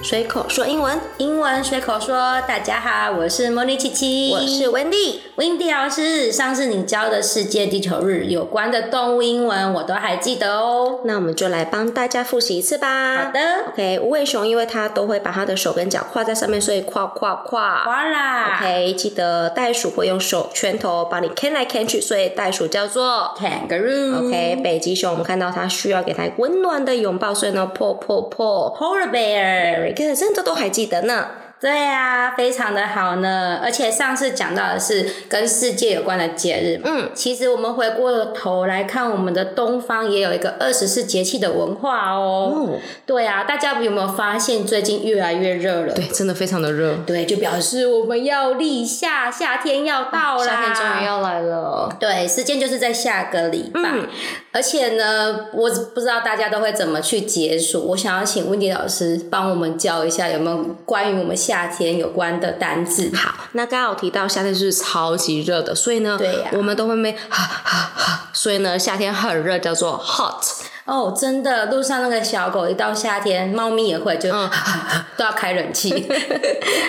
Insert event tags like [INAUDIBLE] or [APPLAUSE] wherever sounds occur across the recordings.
随口说英文，英文随口说，大家好，我是莫妮琪琪，我是 Wendy。 Wendy 老师。上次你教的世界地球日有关的动物英文，我都还记得哦。那我们就来帮大家复习一次吧。好的，OK。无尾熊因为它都会把它的手跟脚跨在上面，所以跨跨跨。哇啦 OK，记得袋鼠会用手拳头把你啃来啃去，所以袋鼠叫做。 ，Kangaroo。 OK，北极熊我们看到它需要给它温暖的拥抱，所以呢，破破破。 Polar Bear，每个真的都还记得呢。对啊，非常的好呢。而且上次讲到的是跟世界有关的节日嘛，嗯，其实我们回过头来看，我们的东方也有一个二十四节气的文化哦。哦，对啊，大家有没有发现最近越来越热了？对，真的非常的热，对，就表示我们要立夏，夏天要到啦，夏天终于要来了。对，时间就是在下个礼拜。嗯而且呢，我不知道大家都会怎么去解暑。我想要请温迪老师帮我们教一下，有没有关于我们夏天有关的单字？好，那刚刚有提到夏天是超级热的，所以呢，对呀我们都会没哈哈哈，所以呢，夏天很热，叫做 hot。哦，真的，路上那个小狗一到夏天，猫咪也会就、嗯 [LAUGHS] 都要开冷 [LAUGHS] 气。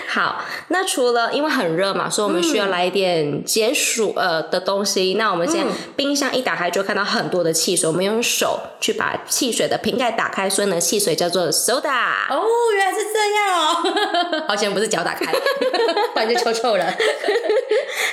好，那除了因为很热嘛，所以我们需要来一点解暑嗯呃的东西。那我们先冰箱一打开就看到很多的汽水，我们用手去把汽水的瓶盖打开，所以呢，汽水叫做 soda。哦，原来是这 [LAUGHS] 样哦，好 [LAUGHS] 险不是脚打开，不然就臭臭了。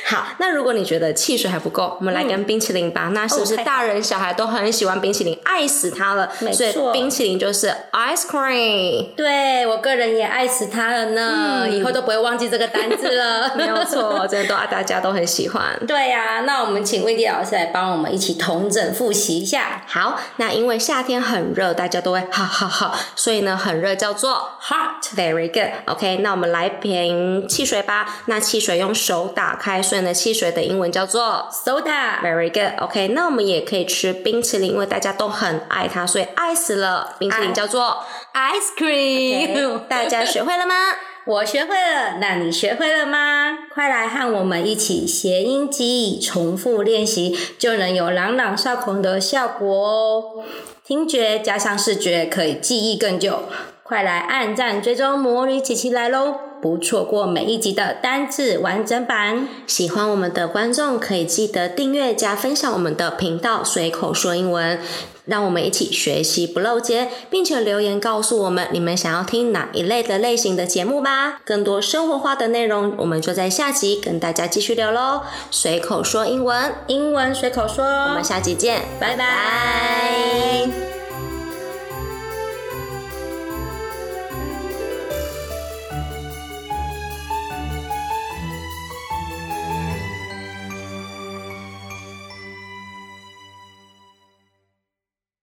好，那如果你觉得汽水还不够，我们来跟冰淇淋吧。那是不是哦太好大人小孩都很喜欢冰淇淋，爱死它了？没所以错冰淇淋就是 ice cream。对我个人也爱死它了呢，以后都不会忘记这个单字了。嗯 [LAUGHS] 没有错，真的都大家都很喜欢。对呀、那我们请魏迪老师来帮我们一起同整复习一下。好，那因为夏天很热，大家都会哈哈哈，所以呢，很热叫做 Hot， very good。OK，那我们来瓶汽水吧。那汽水用手打开，所以呢，汽水的英文叫做 soda， very good。OK，那我们也可以吃冰淇淋，因为大家都很爱它，所以爱死了。冰淇淋叫做 ice cream。 [LAUGHS] 大家学会了吗？我学会了，那你学会了吗？快来和我们一起谐音记忆，重复练习，就能有朗朗上口的效果哦。听觉加上视觉，可以记忆更久。快来按赞追踪魔女琪琪来喽，不错过每一集的单字完整版。喜欢我们的观众可以记得订阅加分享我们的频道，随口说英文，让我们一起学习不漏接，并且留言告诉我们你们想要听哪一类的类型的节目吧。更多生活化的内容，我们就在下集跟大家继续聊喽。随口说英文，英文随口说，我们下集见，拜拜。